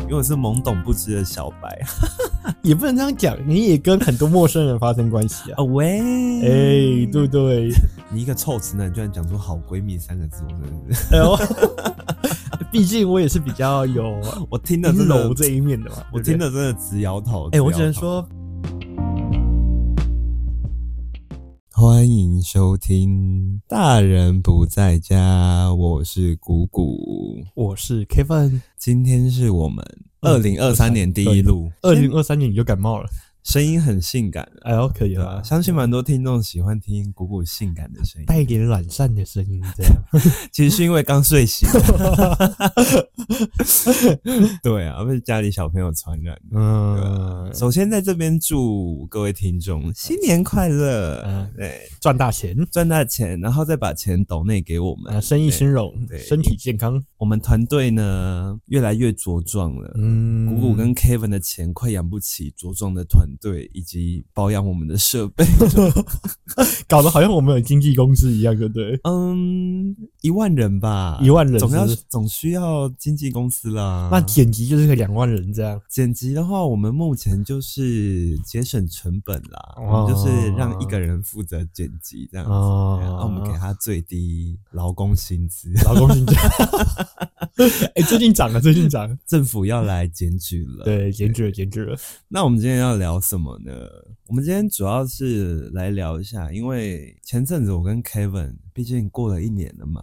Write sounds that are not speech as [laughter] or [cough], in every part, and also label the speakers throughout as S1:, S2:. S1: 因为我是懵懂不知的小白。 [laughs]
S2: 也不能这样讲，你也跟很多陌生人发生关系啊。
S1: 哦喂，
S2: 哎、对不对？
S1: 你一个臭直男居然讲出“好闺蜜”三个字，我真的是， [laughs]
S2: 哎 [laughs] 呦，毕竟我也是比较有
S1: 我听的
S2: 阴
S1: 真的
S2: 柔，这一面的嘛。
S1: 我听
S2: 对不对，
S1: 的真的直摇头。
S2: 哎、我
S1: 直摇头，
S2: 只能说，
S1: 欢迎收听《大人不在家》，我是谷谷，
S2: 我是 Kevin。
S1: 今天是我们二
S2: 嗯
S1: 零二三年第一录，
S2: 二零二三年你就感冒了，
S1: 声音很性感啊。
S2: 哎呦，可以
S1: 对啊，
S2: 了，
S1: 相信蛮多听众喜欢听谷谷性感的声音，
S2: 带一点懒散的声音这 [laughs] 样。
S1: 其实是因为刚睡醒。 [laughs] 对啊，被家里小朋友传染的。
S2: 嗯，
S1: 首先在这边祝各位听众新年快乐
S2: 嗯，
S1: 对，
S2: 赚大钱，
S1: 赚大钱，然后再把钱抖内给我们
S2: 啊，。生意兴隆
S1: 对，
S2: 身体健康。
S1: 我们团队呢越来越茁壮了。
S2: 嗯，
S1: 谷谷跟 Kevin 的钱快养不起茁壮的团队，以及保养我们的设
S2: [laughs]
S1: 备。
S2: 搞得好像我们有经纪公司一样，对不对？
S1: 嗯，一万人吧，
S2: 一万人
S1: 总要
S2: 啊是不啊是
S1: 总需要经纪公司啦。
S2: 那剪辑就是个两万人这样，
S1: 剪辑的话，我们目前就是节省成本啦，
S2: 哦
S1: 我们就是让一个人负责剪辑这样子，
S2: 哦
S1: 然后我们给他最低劳工薪资，
S2: 劳工薪资。 [laughs] 哎，最近涨了，最近涨了，
S1: 政府要来检举了。，
S2: 对，检举了，检举了。
S1: 那我们今天要聊什么呢？我们今天主要是来聊一下，因为前阵子我跟 Kevin，毕竟过了一年了嘛，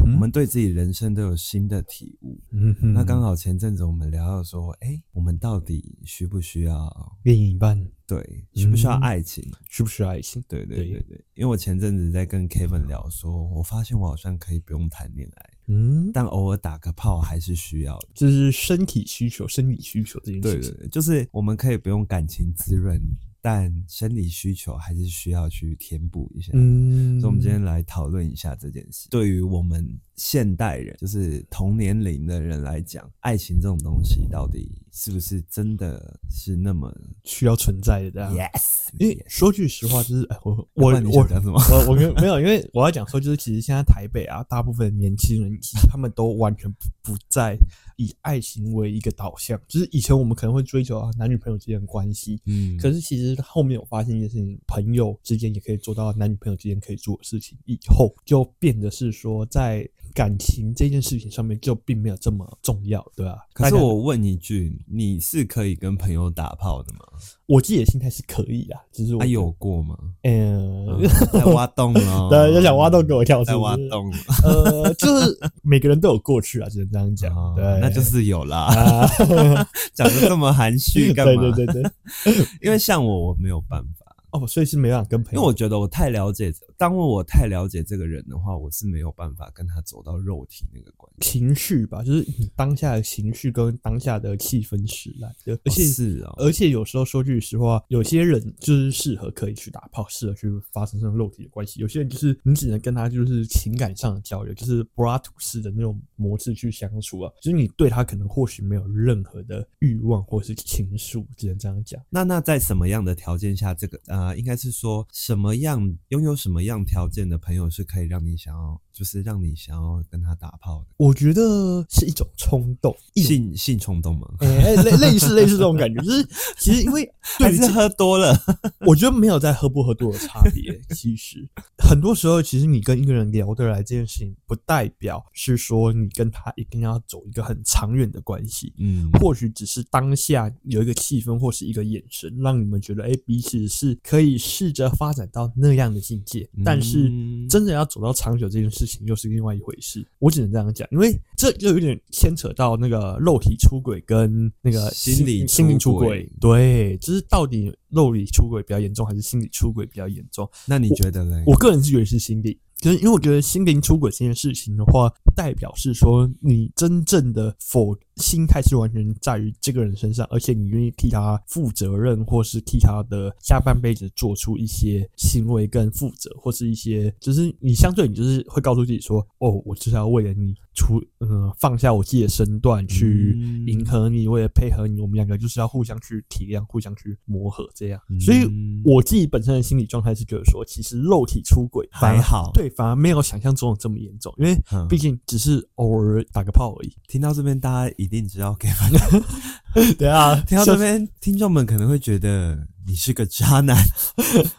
S1: 我们对自己人生都有新的体悟。
S2: 嗯哼
S1: 那刚好前阵子我们聊到说，哎、我们到底需不需要？
S2: 另一半
S1: 对，需不需要
S2: 嗯
S1: 爱情？
S2: 是不是爱情？
S1: 对对
S2: 对
S1: 对对，因为我前阵子在跟 Kevin 聊说，我发现我好像可以不用谈恋爱，
S2: 嗯，
S1: 但偶尔打个炮还是需要的。
S2: 就是身体需求、生理需求这件
S1: 对
S2: 事
S1: 对
S2: 情。
S1: 对，就是我们可以不用感情滋润，但生理需求还是需要去填补一下。
S2: 嗯，
S1: 所以，我们今天来讨论一下这件事。对于我们现代人，就是同年龄的人来讲，爱情这种东西到底是不是真的是那么
S2: 需要存在的这样。
S1: yes？
S2: 因为
S1: yes
S2: 说句实话，就是哎，我
S1: 要
S2: 我
S1: 不然你
S2: 我
S1: 想
S2: 呃
S1: 讲什么？
S2: 我我跟没有，因为我要讲说，就是其实现在台北啊，大部分年轻人其实他们都完全不不再以爱情为一个导向，就是以前我们可能会追求啊男女朋友之间的关系，
S1: 嗯，
S2: 可是其实后面我发现一件事情，朋友之间也可以做到男女朋友之间可以做的事情，以后就变得是说在感情这件事情上面就并没有这么重要，对吧、
S1: 可是
S2: 大家
S1: 我问一句，你是可以跟朋友打炮的吗？
S2: 我自己的心态是可以啊，只是我
S1: 他、有过吗？
S2: 嗯。
S1: 哎嗯 [laughs] 在挖洞了，
S2: [laughs] 对，就想挖洞给我跳，是
S1: 在
S2: 不
S1: 挖
S2: 是
S1: 洞了，
S2: 呃，就是每个人都有过去啊，只能这样讲。
S1: 哦
S2: 对，
S1: 那就是有啦。
S2: 啊，
S1: [laughs] 讲的这么含蓄
S2: 对
S1: 干嘛？
S2: [laughs] 对对对。
S1: 因为像我，我没有办法，
S2: 哦，所以是没办法跟朋
S1: 因
S2: 友，
S1: 为我觉得我太了解，当我太了解这个人的话，我是没有办法跟他走到肉体那个关系。
S2: 情绪吧，就是你当下的情绪跟当下的气氛使然的，而且。
S1: 哦是哦，
S2: 而且有时候说句实话，有些人就是适合可以去打炮，适合去发生这种肉体的关系；有些人就是你只能跟他就是情感上的交流，就是柏拉图式的那种模式去相处啊。就是你对他可能或许没有任何的欲望或是情愫，只能这样讲。
S1: 那那在什么样的条件下，这个呃，应该是说什么样拥有什么样条件的朋友是可以让你想要，就是让你想要跟他打炮的？
S2: 我觉得是一种冲动，一种
S1: 性性冲动吗？
S2: 哎、哎类类似类似这种感觉，就是其实因为对
S1: 还
S2: 于
S1: 是
S2: 这，
S1: 喝多
S2: [laughs]
S1: 了？
S2: 我觉得没有在喝不喝多的差别。其实很多时候，其实你跟一个人聊得来这件事情，不代表是说你跟他一定要走一个很长远的关系。
S1: 嗯，
S2: 或许只是当下有一个气氛或是一个眼神，让你们觉得，哎、彼此是可以试着发展到那样的境界。但是
S1: 嗯
S2: 真的要走到长久这件事情，又是另外一回事。我只能这样讲，因为这就有点牵扯到那个肉体出轨跟那个
S1: 心理出
S2: 心灵出
S1: 轨
S2: 轨。对，就是到底肉体出轨比较严重，还是心理出轨比较严重？
S1: 那你觉得嘞？
S2: 我个人是觉得是心理，就是因为我觉得心灵出轨这件事情的话，代表是说你真正的否心态是完全在于这个人身上，而且你愿意替他负责任，或是替他的下半辈子做出一些行为跟负责，或是一些就是你相对你就是会告诉自己说，哦，我就是要为了你出嗯、放下我自己的身段去
S1: 嗯
S2: 迎合你，为了配合你，我们两个就是要互相去体谅，互相去磨合这样，所以
S1: 嗯
S2: 我自己本身的心理状态是觉得说，其实肉体出轨反而
S1: 还好
S2: 对，反而没有想象中的这么严重，因为
S1: 嗯
S2: 毕竟只是偶尔打个炮而已。
S1: [laughs] 听到这边，大家一一定知道 Kevin。
S2: 对 [laughs] 啊，
S1: 听到这边，听众们可能会觉得你是个渣男。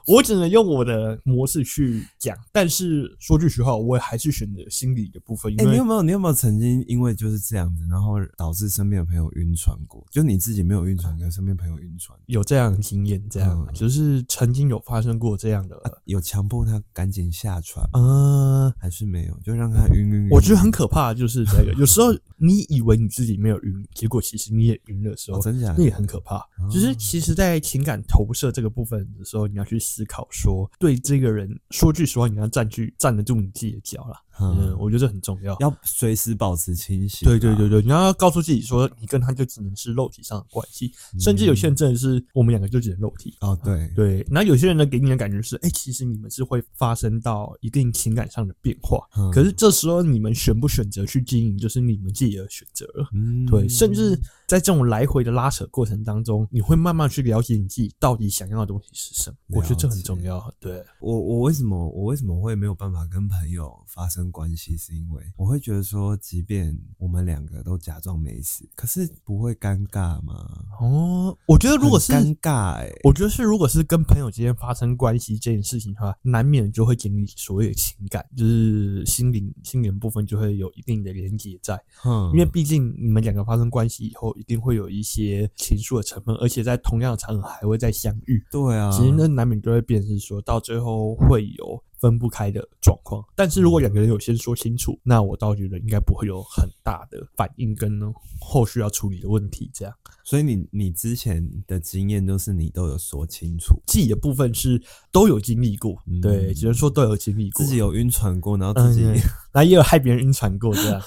S2: 我只能用我的模式去讲，但是说句实话，我还是选择心理的部分， [laughs] 因
S1: 哎、你
S2: 为
S1: 有没有你有没有曾经因为就是这样子，然后导致身边的朋友晕船过？就你自己没有晕船，跟身边朋友晕船，
S2: 有这样的经验，这样、
S1: 嗯
S2: 就是曾经有发生过这样的，
S1: 有强迫他赶紧下船吗，
S2: 呃，
S1: 还是没有？就让他晕晕晕。
S2: 我觉得很可怕，就是这个，有时候你以为你自己没有晕，结果其实你也晕的时候
S1: 哦，，真假的？
S2: 那也很可怕。就是其实，在情感投射这个部分的时候，你要去思考说，对这个人说句实话，你要占据站得住你自己的脚啦。嗯，
S1: 嗯，
S2: 我觉得这很重要。
S1: 要随时保持清醒、啊
S2: 对对对，对，你要告诉自己说，你跟他就只能是肉体上的关系，甚至有些人真的是我们两个就只能肉体。
S1: 嗯哦对，
S2: 对，然后有些人呢，给你的感觉是，哎、其实你们是会发生到一定情感上的变化，
S1: 嗯
S2: 可是这时候你们选不选择去经营，就是你们自己的选择了。
S1: 嗯
S2: 对，甚至在这种来回的拉扯过程当中，你会慢慢去了解你自己到底想要的东西是什么。我觉得这很重要。对，
S1: 我我为什么我为什么会没有办法跟朋友发生关系，是因为我会觉得说，即便我们两个都假装没事，可是不会尴尬吗？
S2: 哦，我觉得如果是，
S1: 很尴尬哎、
S2: 我觉得是如果是跟朋友之间发生关系这件事情的话，难免就会经历所有情感，就是心灵心灵部分就会有一定的连结在，
S1: 哼
S2: 因为毕竟你们两个发生关系以后，一定会有一些情愫的成分，而且在同样的场合还会再相遇。
S1: 对啊，
S2: 其实那难免就会变成是说到最后会有分不开的状况。但是如
S1: 嗯
S2: 果两个人有先说清楚，那我倒觉得应该不会有很大的反应跟后续要处理的问题。这样
S1: 所以你你之前的经验都是你都有说清楚，
S2: 自己的部分是都有经历过，
S1: 嗯
S2: 对，只能说都有经历过。
S1: 自己有晕船过，然后
S2: 嗯
S1: 自己、， [laughs]
S2: 那也有害别人晕船过这样。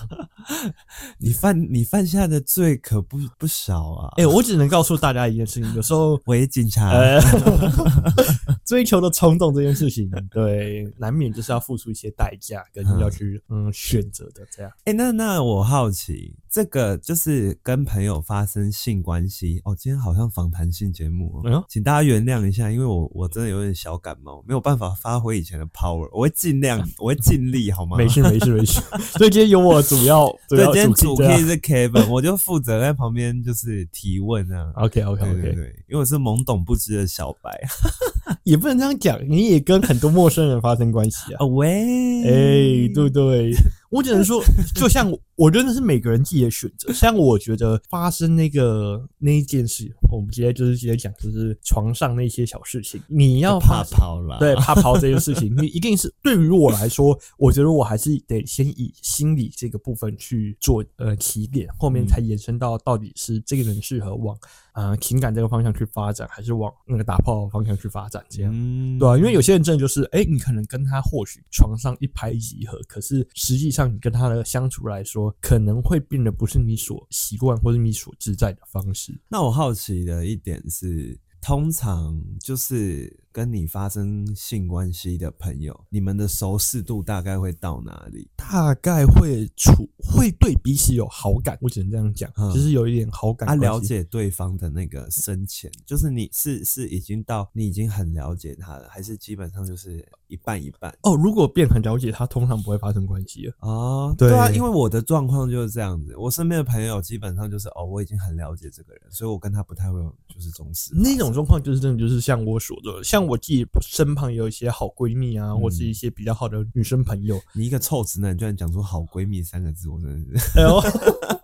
S1: 你犯你犯下的罪可不不少啊！
S2: 哎、我只能告诉大家一件事情，有
S1: [laughs]
S2: 时候。
S1: 喂，警察，
S2: 呃， [laughs] 追求的冲动这件事情，对，难免就是要付出一些代价，跟
S1: 嗯
S2: 要去嗯选择的这样。
S1: 哎、那那我好奇，这个就是跟朋友发生性关系哦。今天好像访谈性节目、哦，
S2: 哎呦
S1: 请大家原谅一下，因为我我真的有点小感冒，没有办法发挥以前的 power，我会尽
S2: [laughs]
S1: 量，我会尽力，好吗？
S2: 没事没事
S1: [laughs]
S2: 没事，所以今天由我主要主
S1: 对，
S2: 要
S1: 今天
S2: 主
S1: 主
S2: 啊这样
S1: key 是 Kevin，我就负责在旁边就是提问啊。
S2: OK OK
S1: 对对
S2: OK，
S1: 对，因为我是懵懂不知的小
S2: [laughs]
S1: 白
S2: 也不能这样讲，你也跟很多陌生人发生关系啊
S1: 啊。，喂，
S2: 哎、对不对，我只能说，就像我我觉得是每个人自己的选
S1: [laughs]
S2: 择。像我觉得发生那个那一件事，我们直接就是直接讲，就是床上那些小事情，你要
S1: 要怕
S2: 发生
S1: 跑啦。
S2: [laughs] 对，怕抛这件事情，你一定是对于我来说，我觉得我还是得先以心理这个部分去做呃起点，后面才延伸到到底是这个人适合往呃情感这个方向去发展，还是往那个打炮的方向去发展这样。
S1: 嗯
S2: 对啊，因为有些人真的就是，哎、你可能跟他或许床上一拍即合，可是实际上你跟他的相处来说，可能会变得不是你所习惯或者你所自在的方式。
S1: 那我好奇的一点是，通常就是跟你发生性关系的朋友，你们的熟识度大概会到哪里？
S2: 大概会处会对彼此有好感，我只能这样讲，
S1: 嗯
S2: 就是有一点好感。
S1: 他、了，解对方的那个深浅，就是你是是已经到你已经很了解他了，还是基本上就是一半一半？
S2: 哦，如果变很了解他，通常不会发生关系了。
S1: 哦，
S2: 对
S1: 啊，因为我的状况就是这样子，我身边的朋友基本上就是哦，我已经很了解这个人，所以我跟他不太会有就是重视
S2: 那种状况就是真的，就是像我所做的，像我自己身旁也有一些好闺蜜啊，
S1: 嗯
S2: 或是一些比较好的女生朋友。
S1: [laughs] 你一个臭直男居然讲出“好闺蜜”三个字，我真的是，
S2: 哎呦，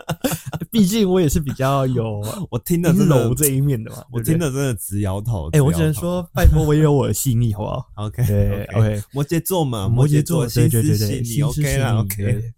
S2: [laughs] 毕竟我也是比较
S1: [laughs]
S2: 有
S1: 我听的
S2: 阴
S1: 真
S2: 柔
S1: 的
S2: 这一面的嘛，
S1: 我
S2: 对
S1: 听
S2: 不对。
S1: 的真的直摇头。
S2: 哎、我只
S1: 直摇
S2: 能
S1: 头
S2: 说，拜托我也有我的细腻，好
S1: [laughs]
S2: 不好？
S1: ，OK，
S2: 对 OK
S1: 摩羯座嘛，
S2: 摩羯座
S1: 座
S2: 对
S1: 心
S2: 对
S1: 思
S2: 对
S1: 细
S2: 对，
S1: 腻
S2: 心思
S1: ，OK 啦
S2: 细腻
S1: ，OK。。
S2: 对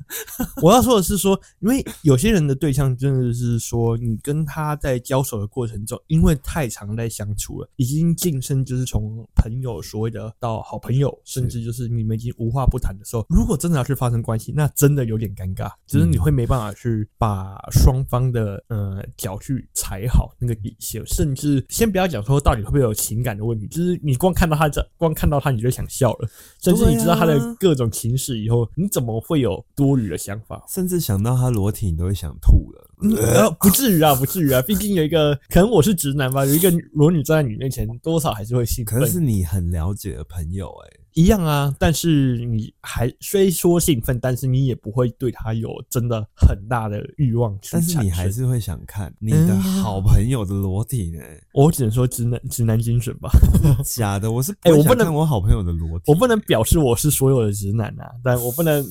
S2: [laughs] 我要说的是说，因为有些人的对象真的是说，你跟他在交手的过程中，因为太常在相处了，已经晋升就是从朋友所谓的到好朋友，甚至就是你们已经无话不谈的时候，如果真的要去发生关系，那真的有点尴尬，就是你会没办法去把双方的呃脚去踩好那个底线，甚至先不要讲说到底会不会有情感的问题，就是你光看到他这，光看到他你就想笑了。甚至你知道他
S1: 对
S2: 的
S1: 啊
S2: 各种情史以后，你怎么会有多余的想法？
S1: 甚至想到他裸体，你都会想吐了。
S2: 呃，不至于啊，不至于啊，毕竟有一个，可能我是直男吧，有一个裸女站在你面前，多少还是会兴
S1: 可
S2: 奋。
S1: 是你很了解的朋友，哎，
S2: 一样啊，但是你还虽说兴奋，但是你也不会对他有真的很大的欲望去
S1: 但是你
S2: 产
S1: 还
S2: 生哎
S1: 是会想看你的好朋友的裸体
S2: [laughs]
S1: 呢、
S2: 我只能说直男直男精神 [laughs] 吧，
S1: 假的，我是
S2: 哎
S1: 不会
S2: 我不
S1: 想
S2: 能
S1: 看我好朋友的裸体，
S2: 我不能表示我是所有的直男啊，但我不能，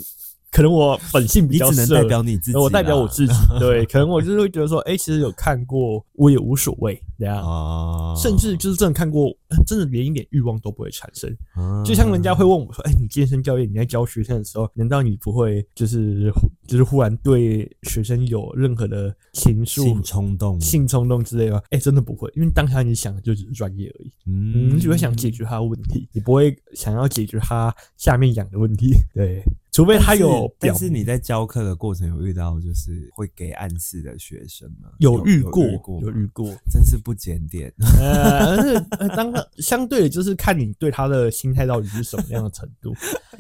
S2: 可能我本性比
S1: 你
S2: 较
S1: 只能
S2: 色
S1: 代表你自己啦，
S2: 我代表我
S1: [laughs]
S2: 自己，对，可能我就是会觉得说，哎、其实有看过，我也无所谓，这样。
S1: 啊，
S2: 甚至就是真的看过，呃真的连一点欲望都不会产生。
S1: 啊
S2: 就像人家会问我说：“哎、你健身教练，你在教学生的时候，难道你不会就是就是忽然对学生有任何的情
S1: 性
S2: 愫、
S1: 冲动，
S2: 性冲动之类吗？”哎、真的不会，因为当下你想的就只是专业而已，
S1: 嗯，
S2: 你只会想解决他的问题，你不会想要解决他下面养的问题。对，除非
S1: 但是。
S2: 他有表
S1: 但是你在教课的过程有遇到就是会给暗示的学生吗？
S2: 有遇过，
S1: 有遇过吗，
S2: 有遇过，
S1: 真是不检
S2: [laughs]
S1: 点。
S2: 呃，但是呃当然相对的，就是看你对他的心态到底是什么样的程度。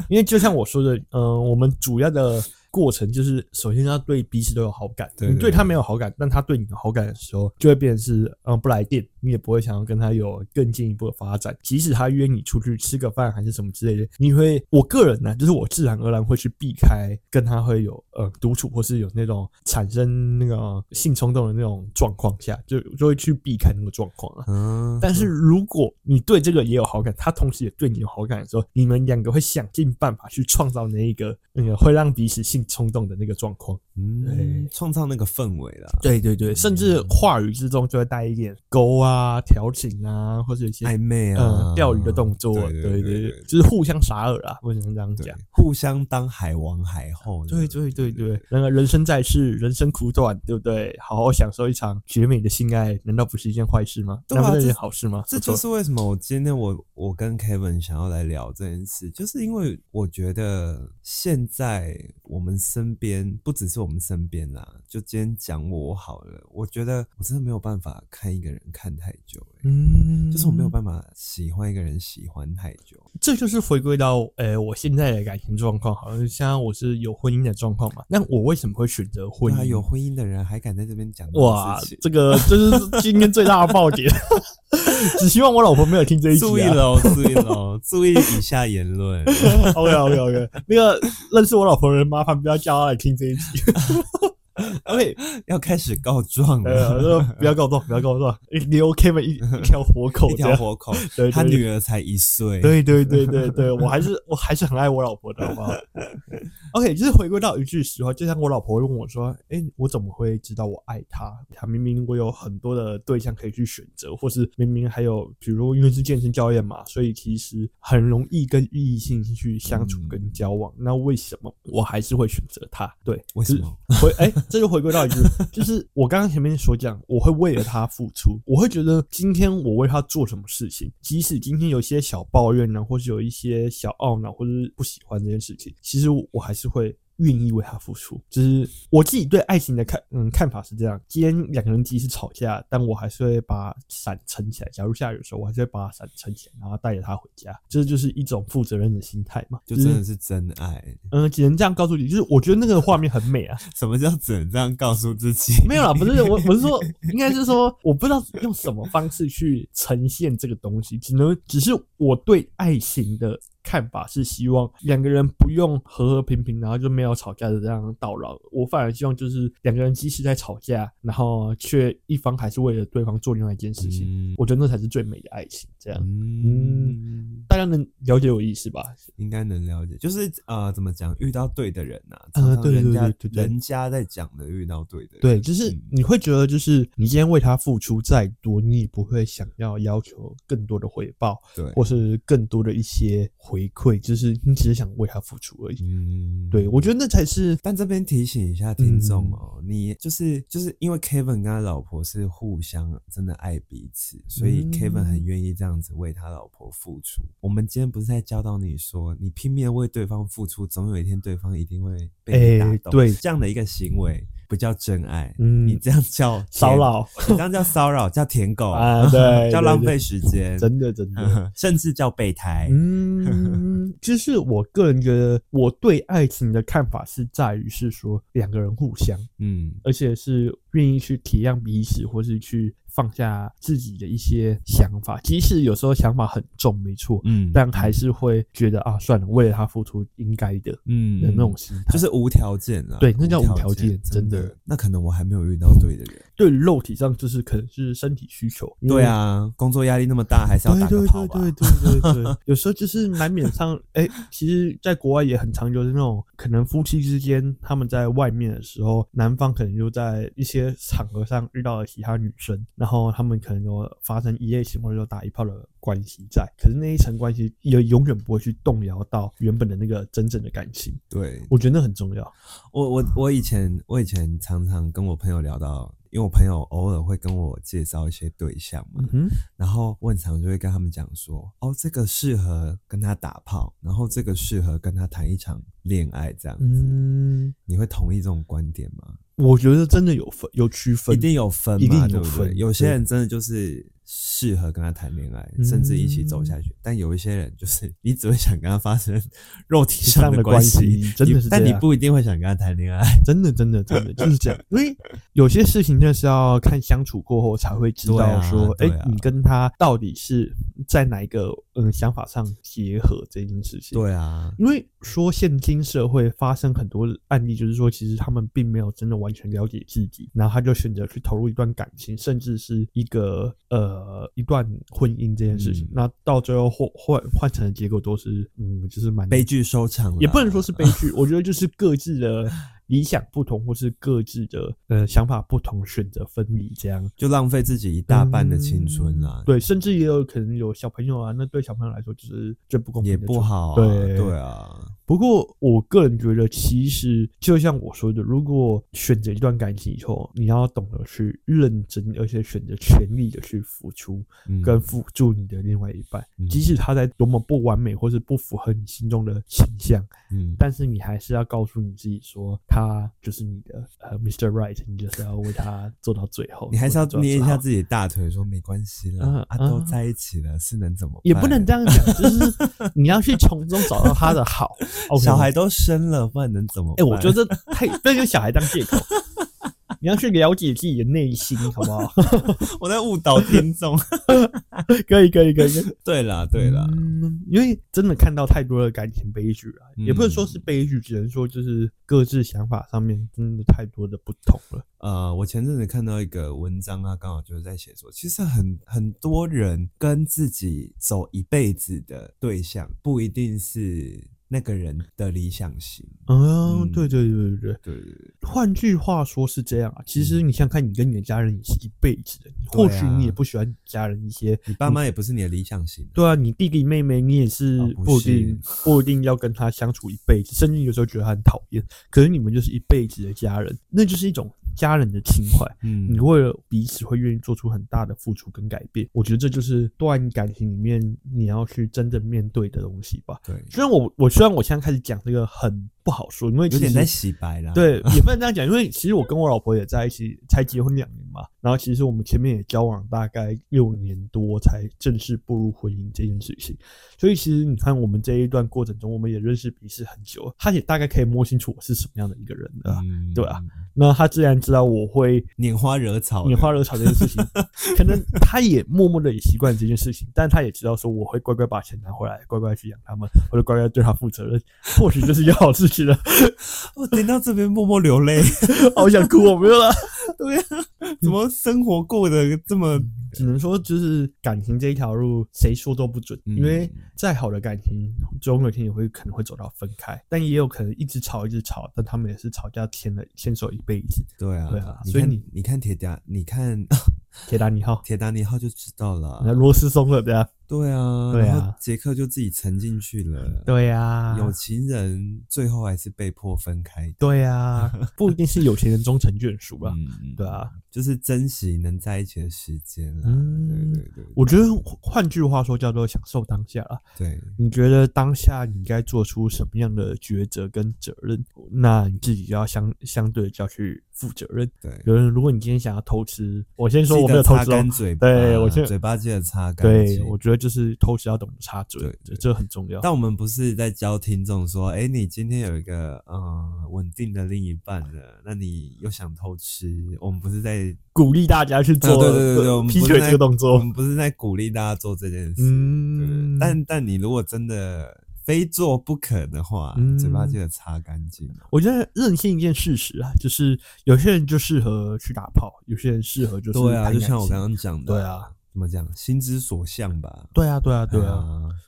S2: 因为就像我说的，嗯、我们主要的过程就是，首先要对彼此都有好感。
S1: 对对
S2: 你对他没有好感，但他对你有好感的时候，就会变成是，嗯、不来电，你也不会想要跟他有更进一步的发展。即使他约你出去吃个饭还是什么之类的，你会，我个人呢、就是我自然而然会去避开跟他会有呃独处，或是有那种产生那个性冲动的那种状况下，就就会去避开那个状况了。啊
S1: 嗯，
S2: 但是如果你对这个也有好感，他同时也对你有好感的时候，你们两个会想尽办法去创造那一个那个会让彼此性冲动的那个状况。嗯
S1: 嗯
S2: 对，
S1: 创造那个氛围啦，
S2: 对对对，甚至话语之中就会带一点勾啊、调情啊，或者一些
S1: 暧昧啊
S2: 嗯，钓鱼的动作，
S1: 对
S2: 对
S1: 对
S2: 对，就是互相撒饵啊，不能这样
S1: 对
S2: 讲。，
S1: 互相当海王海后的，
S2: 对对对对，那个人生在世，人生苦短，对不对？好好享受一场绝美的性爱，难道不是一件坏事吗？
S1: 对啊
S2: 难道不是一件
S1: 这
S2: 好事吗？
S1: 这
S2: 不错
S1: 就是为什么我今天我我跟 Kevin 想要来聊这件事，就是因为我觉得现在我们身边不只是我们身边啦，就今天讲我好了，我觉得我真的没有办法看一个人看太久、欸，
S2: 嗯，
S1: 就是我没有办法喜欢一个人喜欢太久，
S2: 这就是回归到呃我现在的感情状况，好像像我是有婚姻的状况嘛。那我为什么会选择婚
S1: 对
S2: 姻？
S1: 啊，有婚姻的人还敢在这边讲这种
S2: 哇
S1: 事情，。
S2: 这个这是今天最大的爆点。 [laughs] 只希望我老婆没有听这一集、啊。
S1: 注意喽，注意
S2: [laughs]
S1: 喽，注意以下言论。
S2: ，OK OK OK。那个认识我老婆的人，麻烦不要叫她来听这一集。OK，
S1: [laughs] 要开始告状
S2: 呃，
S1: 了，
S2: 说不要告状，不要告状，留 Kevin 一一条活口
S1: [laughs] 一
S2: 这
S1: 条
S2: 样。
S1: 活口
S2: [laughs] 对对，
S1: 他
S2: 对
S1: 女儿才一岁，
S2: 对对对对对，我还是我还是很爱我老婆的，
S1: [laughs]
S2: 好不好？OK，就是回归到一句实话，就像我老婆问我说：“哎、我怎么会知道我爱她？她明明我有很多的对象可以去选择，或是明明还有，比如因为是健身教练嘛，所以其实很容易跟异性去相处
S1: 嗯
S2: 跟交往。那为什么我还是会选择她？对，
S1: 为什
S2: 就是
S1: 么？
S2: 回哎、这就回归到一句，就是我刚刚前面所讲，我会为了他付出，我会觉得今天我为他做什么事情，即使今天有一些小抱怨呢，或是有一些小懊恼，或者是不喜欢这件事情，其实我还是会。愿意为他付出，就是我自己对爱情的看嗯看法是这样。今天两个人即使吵架，但我还是会把伞撑起来。假如下雨的时候，我还是会把伞撑起来，然后带着他回家。这就是一种负责任的心态嘛。
S1: 就是真的是真爱。
S2: 嗯，只能这样告诉你，就是我觉得那个画面很美啊，
S1: 什么叫只能这样告诉自己？
S2: 没有啦，不是我，我是说，应该是说，我不知道用什么方式去呈现这个东西，只能只是我对爱情的看法是希望两个人不用和和平平，然后就没有吵架的这样到老。我反而希望就是两个人即使在吵架，然后却一方还是为了对方做另外一件事情，
S1: 嗯
S2: 我觉得那才是最美的爱情。这样，
S1: 嗯，
S2: 大家能了解我意思吧？
S1: 应该能了解。就是呃，怎么讲？遇到对的人呐、啊，
S2: 呃
S1: 常常
S2: 对对
S1: 人家
S2: 对对对
S1: 人家在讲的，遇到对的人。
S2: 对，就是
S1: 嗯
S2: 你会觉得，就是你今天为他付出再多，你也不会想要要求更多的回报。
S1: 对，
S2: 或是更多的一些回馈，就是你只是想为他付出而已。
S1: 嗯
S2: 对，我觉得那才是
S1: 但这边提醒一下听
S2: 嗯
S1: 众哦，你就是就是因为 Kevin 跟他老婆是互相真的爱彼此，所以
S2: 嗯
S1: Kevin 很愿意这样子为他老婆付出。我们今天不是在教导你说，你拼命地为对方付出，总有一天对方一定会被你打
S2: 哎
S1: 动。
S2: 对
S1: 这样的一个行为不叫真爱，
S2: 嗯
S1: 你这样叫
S2: [laughs] 骚
S1: 舔，
S2: 扰，
S1: 你这样叫骚扰，叫舔狗
S2: 啊
S1: [laughs]
S2: 对
S1: 叫
S2: 对
S1: 浪
S2: 对
S1: 费时间，
S2: 真的真的。
S1: [laughs] 甚至叫备胎。
S2: 嗯，就是我个人觉得，我对爱情的看法是在于是说两个人互相，
S1: 嗯
S2: 而且是愿意去体谅彼此，或是去放下自己的一些想法，即使有时候想法很重，没错，
S1: 嗯，
S2: 但还是会觉得啊，算了，为了他付出应该的
S1: 嗯
S2: 的那种心态，
S1: 就是无条件啊，
S2: 对那叫无条件
S1: 真
S2: 真的。
S1: 那可能我还没有遇到对的人。
S2: 对肉体上就是可能是身体需求，因为
S1: 对啊，工作压力那么大，还是要打个
S2: 对
S1: 炮吧。
S2: 对对对对对
S1: [laughs]
S2: 对，有时候就是难免 [laughs] 上，哎、其实，在国外也很常就是那种可能夫妻之间他们在外面的时候，男方可能就在一些场合上遇到了其他女生，然后他们可能有发生一夜情或者说打一炮的关系在，可是那一层关系也永远不会去动摇到原本的那个真正的感情，
S1: 对，
S2: 我觉得那很重要。
S1: 我我我以前我以前常常跟我朋友聊到，因为我朋友偶尔会跟我介绍一些对象嘛，
S2: 嗯
S1: 然后我很常就会跟他们讲说，哦，这个适合跟他打炮，然后这个适合跟他谈一场恋爱这样子。
S2: 嗯，
S1: 你会同意这种观点吗？
S2: 我觉得真的有分有区分，
S1: 一定有分嘛，
S2: 一定有
S1: 对不对
S2: 分
S1: 有些
S2: 对
S1: 人真的就是适合跟他谈恋爱，
S2: 嗯
S1: 甚至一起走下去，但有一些人就是你只会想跟他发生 [laughs] 肉体上
S2: 上的
S1: 关
S2: 关系真的
S1: 你
S2: 是
S1: 但
S2: 这
S1: 你
S2: 样
S1: 不一定会想跟他谈恋爱。 [laughs]
S2: 真的，真的，真的就是这样。因为有些事情真的是要看相处过后才会知
S1: 对
S2: 道
S1: 啊
S2: 说，哎、
S1: 对啊
S2: 你跟他到底是在哪一个嗯想法上结合这件事情。，
S1: 对啊，
S2: 因为说现今社会发生很多案例，就是说其实他们并没有真的完全了解自己，然后他就选择去投入一段感情，甚至是一个呃一段婚姻这件事情
S1: 嗯。
S2: 那、到最后换换换成的结果都是嗯，就是蛮
S1: 悲剧收场啦
S2: 也不能说是悲剧，我觉得就是各自的理想不同，或是各自的呃想法不同，选择分离这样。嗯
S1: 就浪费自己一大半的青春啊啦，
S2: 对，甚至也有可能有小朋友啊，那对小朋友来说就是最不公平
S1: 也
S2: 的
S1: 不
S2: 状态
S1: 好啊、
S2: 嗯对
S1: 对啊，
S2: 不过，我个人觉得，其实就像我说的，如果选择一段感情以后，你要懂得去认真，而且选择全力的去付出，
S1: 嗯
S2: 跟辅助你的另外一半，
S1: 嗯
S2: 即使他在多么不完美，或是不符合你心中的形象，
S1: 嗯，
S2: [laughs] 但是你还是要告诉你自己说，他就是你的呃，Mr. Right，你就是要为他做到最后，
S1: 你还是要
S2: 为他做到
S1: 捏一
S2: 最
S1: 下
S2: 好
S1: 自己的大腿，说没关系啦
S2: 嗯，
S1: 啊，都
S2: 嗯
S1: 在一起了，是能怎么办？
S2: 也不能这样讲，就是你要去从中找到他的好。OK
S1: [laughs] 小
S2: 吗
S1: 孩，都生了，不然能怎么
S2: 哎、
S1: 办？
S2: 我觉得太不要用小孩当借
S1: [laughs]
S2: 口，你要去了解自己的内心，好不
S1: [laughs]
S2: 好？
S1: 我在误导听众。
S2: 可以，可以，可以。可以
S1: 对啦，对啦，
S2: 嗯，因为真的看到太多的感情悲剧了，
S1: 嗯
S2: 也不能说是悲剧，只能说就是各自想法上面真的太多的不同了。
S1: 呃，我前阵子看到一个文章啊，刚好就是在写说，其实很很多人跟自己走一辈子的对象，不一定是那个人的理想型。
S2: 嗯，
S1: 嗯
S2: 对对对对对。
S1: 对对对，
S2: 换句话说是这样啊，其实你想想看，你跟你的家人也是一辈子的，
S1: 嗯对啊
S2: 或许你也不喜欢你家人一些。
S1: 你爸妈也不是你的理想型啊、
S2: 对啊，你弟弟妹妹，你也是
S1: 哦
S2: 不
S1: 不
S2: 一定、不一定要跟他相处一辈子，甚至有时候觉得他很讨厌，可是你们就是一辈子的家人，那就是一种家人的情怀。
S1: 嗯
S2: 你为了彼此会愿意做出很大的付出跟改变，我觉得这就是段感情里面你要去真正面对的东西吧。
S1: 对，
S2: 虽然我我虽然我现在开始讲这个很不好说，因为
S1: 有
S2: 其
S1: 点
S2: 实
S1: 在洗白啦。
S2: [laughs] 对，也不能这样讲，因为其实我跟我老婆也在一起，才结婚两年嘛。然后其实我们前面也交往大概六年多，才正式步入婚姻这件事情。所以其实你看，我们这一段过程中，我们也认识彼此很久，她也大概可以摸清楚我是什么样的一个人了啊。
S1: 嗯，
S2: 对啊那她自然知道我会
S1: 拈花惹草的，
S2: 拈花惹草这件事情，可能她也默默的也习惯这件事情，但她也知道说我会乖乖把钱拿回来，乖乖去养他们，或者乖乖对她负责任，或许这是一件好事情了。
S1: 我听哦到这边默默流
S2: [laughs]
S1: 泪，啊
S2: 好想哭，我没有了。
S1: 怎么生活过得这么……
S2: 只能说就是感情这一条路，谁说都不准，
S1: 嗯
S2: 因为再好的感情，总有一天也会可能会走到分开，但也有可能一直吵一直吵，但他们也是吵架牵了牵手一辈子。
S1: 对啊，
S2: 对啊
S1: 你
S2: 所以
S1: 看
S2: 你
S1: 你看铁达，你看 [laughs]
S2: 铁达尼号，
S1: 铁达尼号就知道了啊。
S2: 那螺丝松了，
S1: [laughs]
S2: 对啊，
S1: 对啊，
S2: 对啊
S1: 然后杰克就自己沉进去了。
S2: 对啊，
S1: 有情人最后还是被迫分开的。
S2: 对啊，不一定是有钱人终成眷属啊。
S1: 嗯，
S2: 对啊，
S1: 就是珍惜能在一起的时间啦。
S2: 嗯
S1: 对对对，
S2: 我觉得换句话说叫做享受当下啦。
S1: 对，
S2: 你觉得当下你该做出什么样的抉择跟责任？那你自己就要相相对就要去负责任。
S1: 对。
S2: 有人，如果你今天想要偷吃，我先说
S1: 记
S2: 我没
S1: 得
S2: 有偷
S1: 擦
S2: 吃哦
S1: 干。嘴巴，
S2: 对我现在
S1: 嘴巴记得擦干净。
S2: 对，我觉得就是偷吃要懂得插嘴，
S1: 对对
S2: 这很重要。
S1: 但我们不是在教听众说，哎、你今天有一个呃稳定的另一半了，那你又想偷吃？我们不是在
S2: 鼓励大家去做
S1: 啊对对对对，我们
S2: 劈
S1: 不
S2: 腿
S1: 是
S2: 这
S1: 在
S2: 个动
S1: 我
S2: 作。
S1: 们不是在鼓励大家做这件事。
S2: 嗯
S1: 对，但但你如果真的非做不可的话，
S2: 嗯
S1: 嘴巴记得擦干净哦。
S2: 我觉得认清一件事实啊，就是有些人就适合去打炮，有些人适合就是
S1: 对啊，
S2: 谈
S1: 就
S2: 感
S1: 像我
S2: 情
S1: 刚刚讲的，
S2: 对啊，
S1: 怎么讲，心之所向吧。
S2: 对啊，对啊，对
S1: 哎
S2: 啊，
S1: 呀，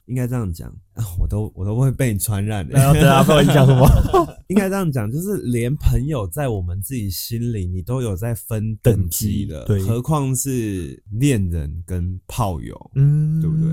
S1: 应该这样讲 [laughs] 啊，我都我都会被你传染
S2: 然后
S1: 的。
S2: 对啊，不然你讲什么？
S1: [laughs] 应该这样讲，就是连朋友在我们自己心里，你都有在分
S2: 等级
S1: 级的，
S2: 对
S1: 何况是恋人跟炮友，
S2: 嗯，
S1: 对不对？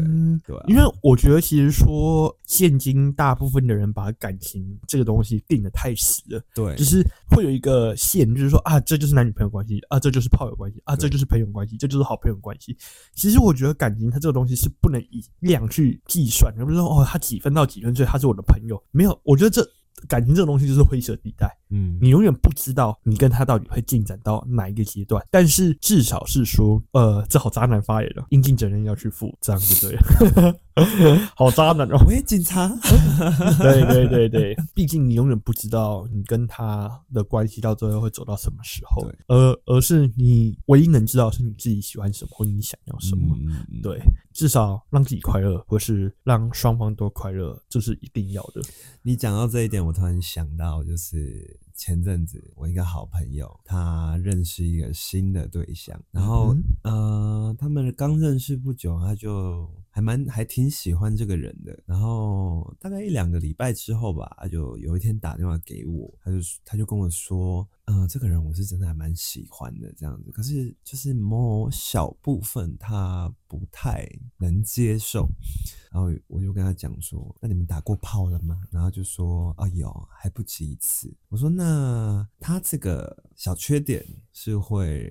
S1: 对啊，
S2: 因为我觉得，其实说现今大部分的人把感情这个东西定的太死了，
S1: 对，
S2: 就是会有一个线，就是说啊，这就是男女朋友关系啊，这就是炮友关系啊，
S1: 对
S2: 这就是朋友关系，这就是好朋友关系。其实我觉得感情它这个东西是不能以量去计算的，而不是说哦，他几分到几分，所以他是我的朋友。没有，我觉得这感情这个东西就是灰色地带。
S1: 嗯，
S2: 你永远不知道你跟他到底会进展到哪一个阶段，但是至少是说，呃，这好渣男发言了，应尽责任要去负，这样就对了。 [laughs] 好渣男哦，
S1: 喂，警察，
S2: [laughs] 对对对对，毕竟你永远不知道你跟他的关系到最后会走到什么时候
S1: 对，
S2: 而而是你唯一能知道是你自己喜欢什么或你想要什么。
S1: 嗯？嗯嗯
S2: 对，至少让自己快乐，或是让双方都快乐，这是一定要的。
S1: 你讲到这一点，我突然想到，就是前阵子我一个好朋友，他认识一个新的对象，然后、
S2: 嗯
S1: 呃，他们刚认识不久，他就还蛮还挺喜欢这个人的。然后大概一两个礼拜之后吧，他就有一天打电话给我，他就他就跟我说，嗯、这个人我是真的还蛮喜欢的这样子，可是就是某小部分他不太能接受。然后我就跟他讲说：“那你们打过炮了吗？”然后就说：“啊，有，还不止一次。”我说：“那他这个小缺点是会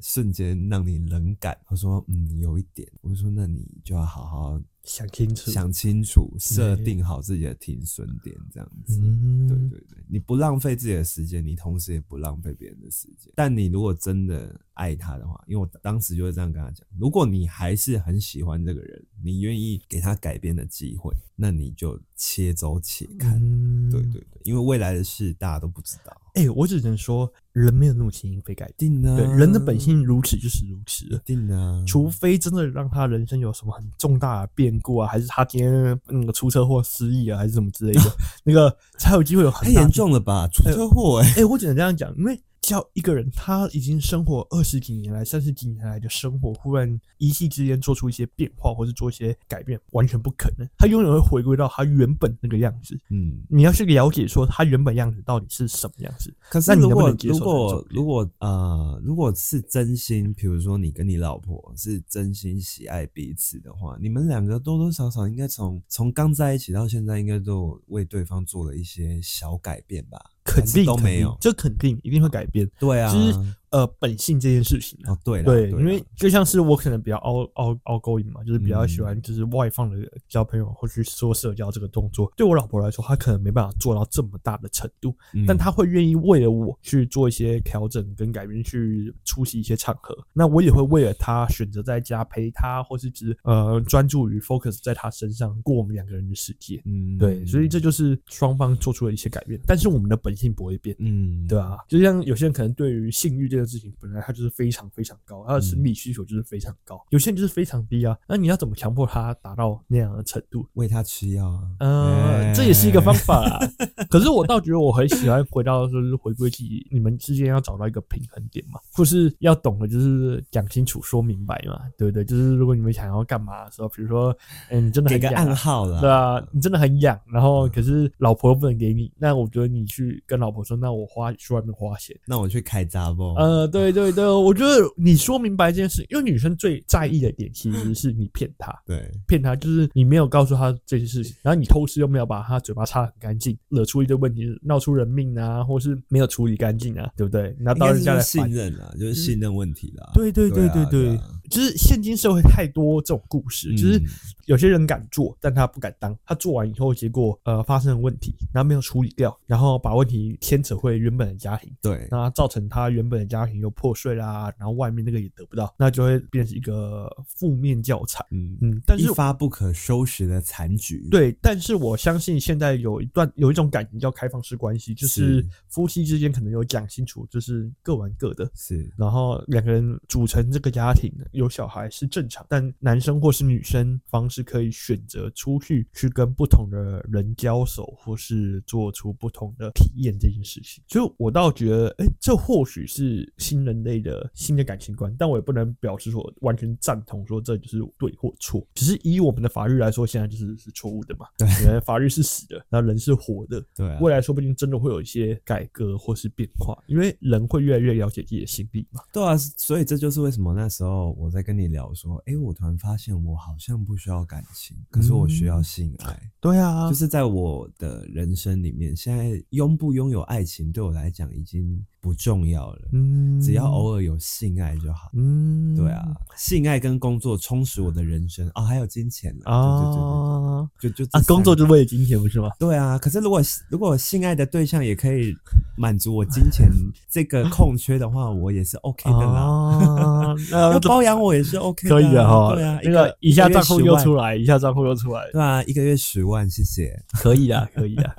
S1: 瞬间让你冷感？”他说：“嗯，有一点。”我就说：“那你就要好好
S2: 想清楚，
S1: 想清楚，设定好自己的停损点，这样子。”
S2: 嗯，
S1: 对对对，你不浪费自己的时间，你同时也不浪费别人的时间。但你如果真的爱他的话，因为我当时就是这样跟他讲，如果你还是很喜欢这个人，你愿意给他改变的机会，那你就且走且看。
S2: 嗯，
S1: 对对对，因为未来的事大家都不知道，
S2: 哎、我只能说，人没有那么轻易被改
S1: 一
S2: 变。
S1: 定呢、
S2: 对，人的本性如此就是如此了
S1: 一。定啊呢、
S2: 除非真的让他人生有什么很重大的变故啊，还是他今天那个出车祸失忆啊，还是什么之类的， [laughs] 那个才有机会有
S1: 太
S2: 很大
S1: 严。重了吧？出车祸哎、
S2: 哎、我只能这样讲，因为叫一个人他已经生活二十几年来、三十几年来的生活，忽然一夕之间做出一些变化，或是做一些改变，完全不可能。他永远会回归到他原本那个样子。
S1: 嗯，
S2: 你要去了解说他原本样子到底是什么样子。
S1: 可是
S2: 那你
S1: 如
S2: 能不
S1: 果
S2: 能接受
S1: 如
S2: 这
S1: 果
S2: 种
S1: 如果呃，如果是真心，比如说你跟你老婆是真心喜爱彼此的话，你们两个多多少少应该从从刚在一起到现在，应该都有为对方做了一些小改变吧？
S2: 肯
S1: 还是
S2: 定
S1: 都
S2: 肯
S1: 没
S2: 定
S1: 有。
S2: 这肯定一定会改变。
S1: 对啊，
S2: 就是呃，本性这件事情啊，
S1: 哦，对啦
S2: 对，
S1: 啦
S2: 因为就像是我可能比较 out out outgoing 嘛，就是比较喜欢
S1: 嗯
S2: 就是外放的交朋友或去说社交这个动作。对我老婆来说，她可能没办法做到这么大的程度，
S1: 嗯
S2: 但她会愿意为了我去做一些调整跟改变，去出席一些场合。那我也会为了她选择在家陪她，或是只呃专注于 focus 在她身上，过我们两个人的世界。
S1: 嗯
S2: 对，所以这就是双方做出了一些改变，但是我们的本性不会变。
S1: 嗯
S2: 对啊，就像有些人可能对于性欲这件事情，本来他就是非常非常高，他的生
S1: 嗯
S2: 理需求就是非常高，有些人就是非常低啊。那你要怎么强迫他达到那样的程度？
S1: 喂他吃
S2: [laughs]
S1: 药啊，
S2: 呃，
S1: 哎
S2: 这也是一个方法啦。可是我倒觉得我很喜欢回到就是回归自己，你们之间要找到一个平衡点嘛，或是要懂得就是讲清楚、说明白嘛，对不对？就是如果你们想要干嘛的时候，比如说，嗯，你真的
S1: 给
S2: 很
S1: 个
S2: 想
S1: 暗号嗯啦。
S2: 对啊，你真的很痒，然后可是老婆又不能给你，那我觉得你去跟老婆说，那我花去外面花钱。
S1: 那我去开闸不？
S2: 呃，对对对，我觉得你说明白这件事，因为女生最在意的点其实是你骗她，
S1: 对，
S2: 骗她就是你没有告诉她这些事情，然后你偷吃又没有把她嘴巴擦得很干净，惹出一堆问题，闹出人命啊，或是没有处理干净啊，对不对？那
S1: 应
S2: 到
S1: 该
S2: 人
S1: 是
S2: 家
S1: 说
S2: 来
S1: 信
S2: 烦。嗯
S1: 任啦，就是信任问题啦。
S2: 对对
S1: 对
S2: 对
S1: 啊
S2: 对
S1: 对
S2: 对
S1: 啊，
S2: 就是现今社会太多这种故事，就是
S1: 嗯
S2: 有些人敢做，但他不敢当。他做完以后，结果呃发生了问题，然后没有处理掉，然后把问题牵扯回原本的家庭，
S1: 对，
S2: 那造成他原本的家庭又破碎啦，然后外面那个也得不到，那就会变成一个负面教材。
S1: 嗯，
S2: 嗯，但
S1: 一
S2: 是
S1: 发不可收拾的残局。，
S2: 对，但是我相信现在有一段有一种感情叫开放式关系，就是
S1: 是
S2: 夫妻之间可能有讲清楚，就是各玩各的，
S1: 是
S2: 然后两个人组成这个家庭，有小孩是正常，但男生或是女生方式可以选择出去去跟不同的人交手，或是做出不同的体验这件事情。所以我倒觉得，哎，这或许是新人类的新的感情观，但我也不能表示说完全赞同说这就是对或错，只是以我们的法律来说，现在就是是错误的嘛。
S1: 对
S2: 因为法律是死的，那人是活的，
S1: 对啊，
S2: 未来说不定真的会有一些改革或是变化，因为人会越来越了解自己的心理嘛。
S1: 对啊，所以这就是为什么那时候我在跟你聊说，诶，我突然发现我好像不需要感情，可是我需要性爱。
S2: 对啊
S1: 就是在我的人生里面，现在拥不拥有爱情对我来讲已经不重要了，
S2: 嗯
S1: 只要偶尔有性爱就好。
S2: 嗯，
S1: 对啊，性爱跟工作充实我的人生啊、还有金钱啊，对对对
S2: 啊
S1: 对，就就这
S2: 啊，工作
S1: 三个
S2: 就为了金钱
S1: [laughs]
S2: 不是吗？
S1: 对啊。可是如果如果性爱的对象也可以满足我金钱这个空缺的话，我也是 OK 的啦。
S2: 啊，那
S1: 要
S2: 这
S1: 包养我也是 OK 的啊、
S2: 可以的哈。
S1: 对啊，
S2: 那个一下账户又出
S1: 来，
S2: 来，一下账户又出
S1: [laughs]
S2: 来，
S1: 对啊，一个月十万，谢谢。
S2: 可以啊，可以啊。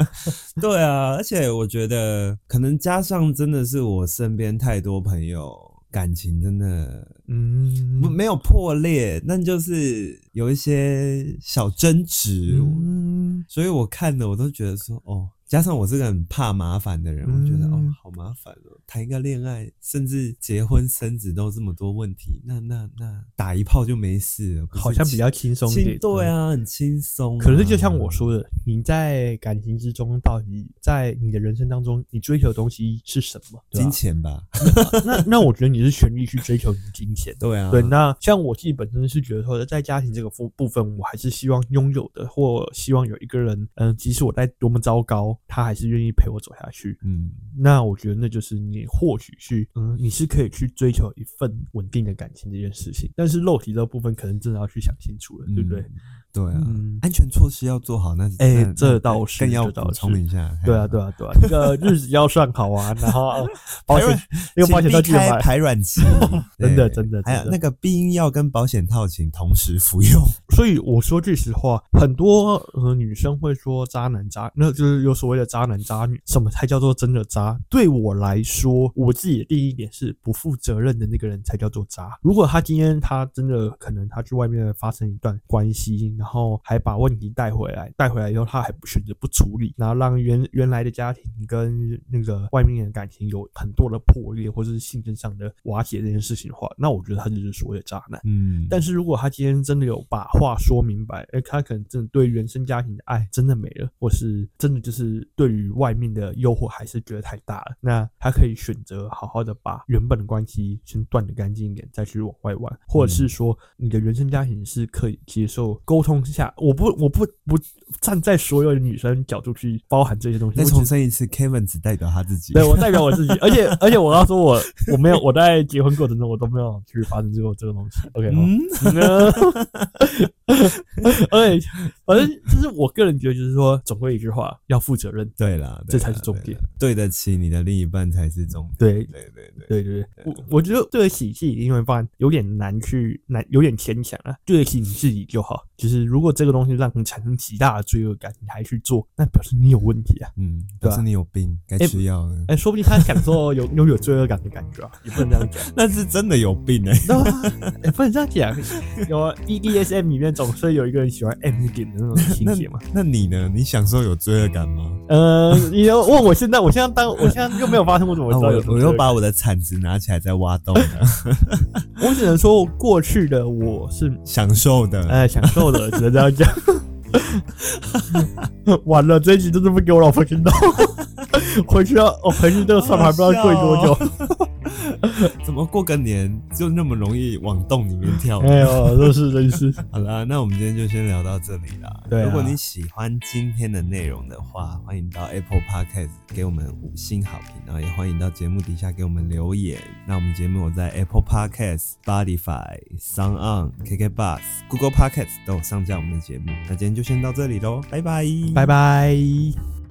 S1: 对啊，而且我觉得可能加上真的是我身边太多朋友感情真的
S2: [laughs] 嗯
S1: 不没有破裂，但就是有一些小争执，
S2: 嗯
S1: 所以我看的我都觉得说哦。加上我是个很怕麻烦的人，我觉得
S2: 嗯
S1: 哦，好麻烦哦，谈一个恋爱，甚至结婚生子都这么多问题，那那那打一炮就没事了，不是
S2: 好像比较轻松一
S1: 轻
S2: 点。嗯
S1: 对啊，很轻松啊、
S2: 可是就像我说的，你在感情之中，到底在你的人生当中，你追求的东西是什么？对吧
S1: 金钱吧，
S2: 那那我觉得你是全力去追求你的金钱。
S1: 对啊，
S2: 对，那像我自己本身是觉得说，在家庭这个部部分，我还是希望拥有的，或希望有一个人，嗯，即使我在多么糟糕，他还是愿意陪我走下去。
S1: 嗯，
S2: 那我觉得那就是你或许去，嗯，你是可以去追求一份稳定的感情这件事情，但是肉体这部分可能真的要去想清楚了，对不对？
S1: 嗯？对啊，
S2: 嗯
S1: 安全措施要做好，那是
S2: 哎
S1: 那
S2: 这
S1: 那
S2: 倒是
S1: 更要
S2: 这倒
S1: 补充
S2: 是
S1: 一下。
S2: 对 [laughs] 啊，对啊，对啊，这个日子要算好啊，
S1: [laughs]
S2: 然后保险那
S1: 请
S2: 个保险
S1: 避
S2: 套记得
S1: 开
S2: 买。，
S1: 排卵期
S2: [laughs] 真的
S1: 对
S2: 真的
S1: 还
S2: 真
S1: 有
S2: 的
S1: 那个避孕药跟保险套，请同时服
S2: [laughs]
S1: 用。
S2: 所以我说句实话，很多呃女生会说渣男渣，那就是有所谓的渣男渣女。什么才叫做真的渣？对我来说，我自己的第一点是不负责任的那个人才叫做渣。如果他今天他真的可能他去外面发生一段关系，然后还把问题带回来，带回来以后他还不选择不处理，然后让原原来的家庭跟那个外面的感情有很多的破裂或者是性质上的瓦解这件事情的话，那我觉得他就是所谓的渣男。
S1: 嗯，
S2: 但是如果他今天真的有把话说明白，哎，他可能真的对原生家庭的爱真的没了，或是真的就是对于外面的诱惑还是觉得太大了，那他可以选择好好的把原本的关系先断的干净一点，再去往外玩，或者是说你的原生家庭是可以接受沟通之下，我不我不不站在所有的女生角度去包含这些东西，
S1: 再
S2: 我
S1: [laughs]
S2: 只
S1: 重申一次，Kevin 只代表他自己。
S2: 对我代表我自己，而且而且我要说我我没有我在结婚过程中我都没有去发生这个这个东西。OK，好、
S1: 嗯，
S2: 呢？ [laughs] 而且，反正就是我个人觉得，就是说，总归一句话，要负责任。
S1: 对啦，对
S2: 这才
S1: 啦
S2: 是重
S1: 对
S2: 点
S1: 啦对得起你的另一半才是重点。
S2: 对
S1: 对对对，
S2: 对对对，我我觉得对得起自己，因为方案有点难去难，有点牵强啊。对得起你自己就好。就是如果这个东西让你产生极大的罪恶感，你还去做，那表示你有问题啊。
S1: 嗯，
S2: 对
S1: 表
S2: 啊
S1: 示你有病，该
S2: 哎
S1: 吃药 [laughs] 了。
S2: 哎，说不定他享受有 [laughs] 拥有罪恶感的感觉啊，也不能这样讲。
S1: 那是真的有病哎。
S2: 对啊， [laughs] 哎，不能这样讲。有啊 EDSM 里面总是有一个人喜欢 M 点的那种情
S1: 那
S2: 节嘛。
S1: 那你呢？你享受有罪恶感吗？
S2: [laughs] 呃，你要问我现在，我现在当我现在又没有发生，我怎么
S1: 啊
S2: 知道有
S1: 我
S2: 什么
S1: 我
S2: 罪恶
S1: 又
S2: 感？
S1: 把我的铲子拿起来在挖洞了。
S2: [laughs] 我只能说过去的我是
S1: 享受的。
S2: 呃享受的，只能这样讲。 [laughs] 完了，这一集真的 [laughs] 不给我老婆听到，回去要我回去这个算盘不知道跪多久。
S1: 怎么过个年就那么容易往洞里面跳？
S2: 哎呦，真是真 [laughs] 是，
S1: [laughs] 好啦，那我们今天就先聊到这里啦。
S2: 对啊
S1: 如果你喜欢今天的内容的话，欢迎到 Apple Podcast 给我们五星好评，然后也欢迎到节目底下给我们留言。那我们节目有在 Apple Podcast、Spotify、Sound On、KKBox、Google Podcast 都有上架我们的节目。那今天就先到这里喽，拜拜，
S2: 拜。拜。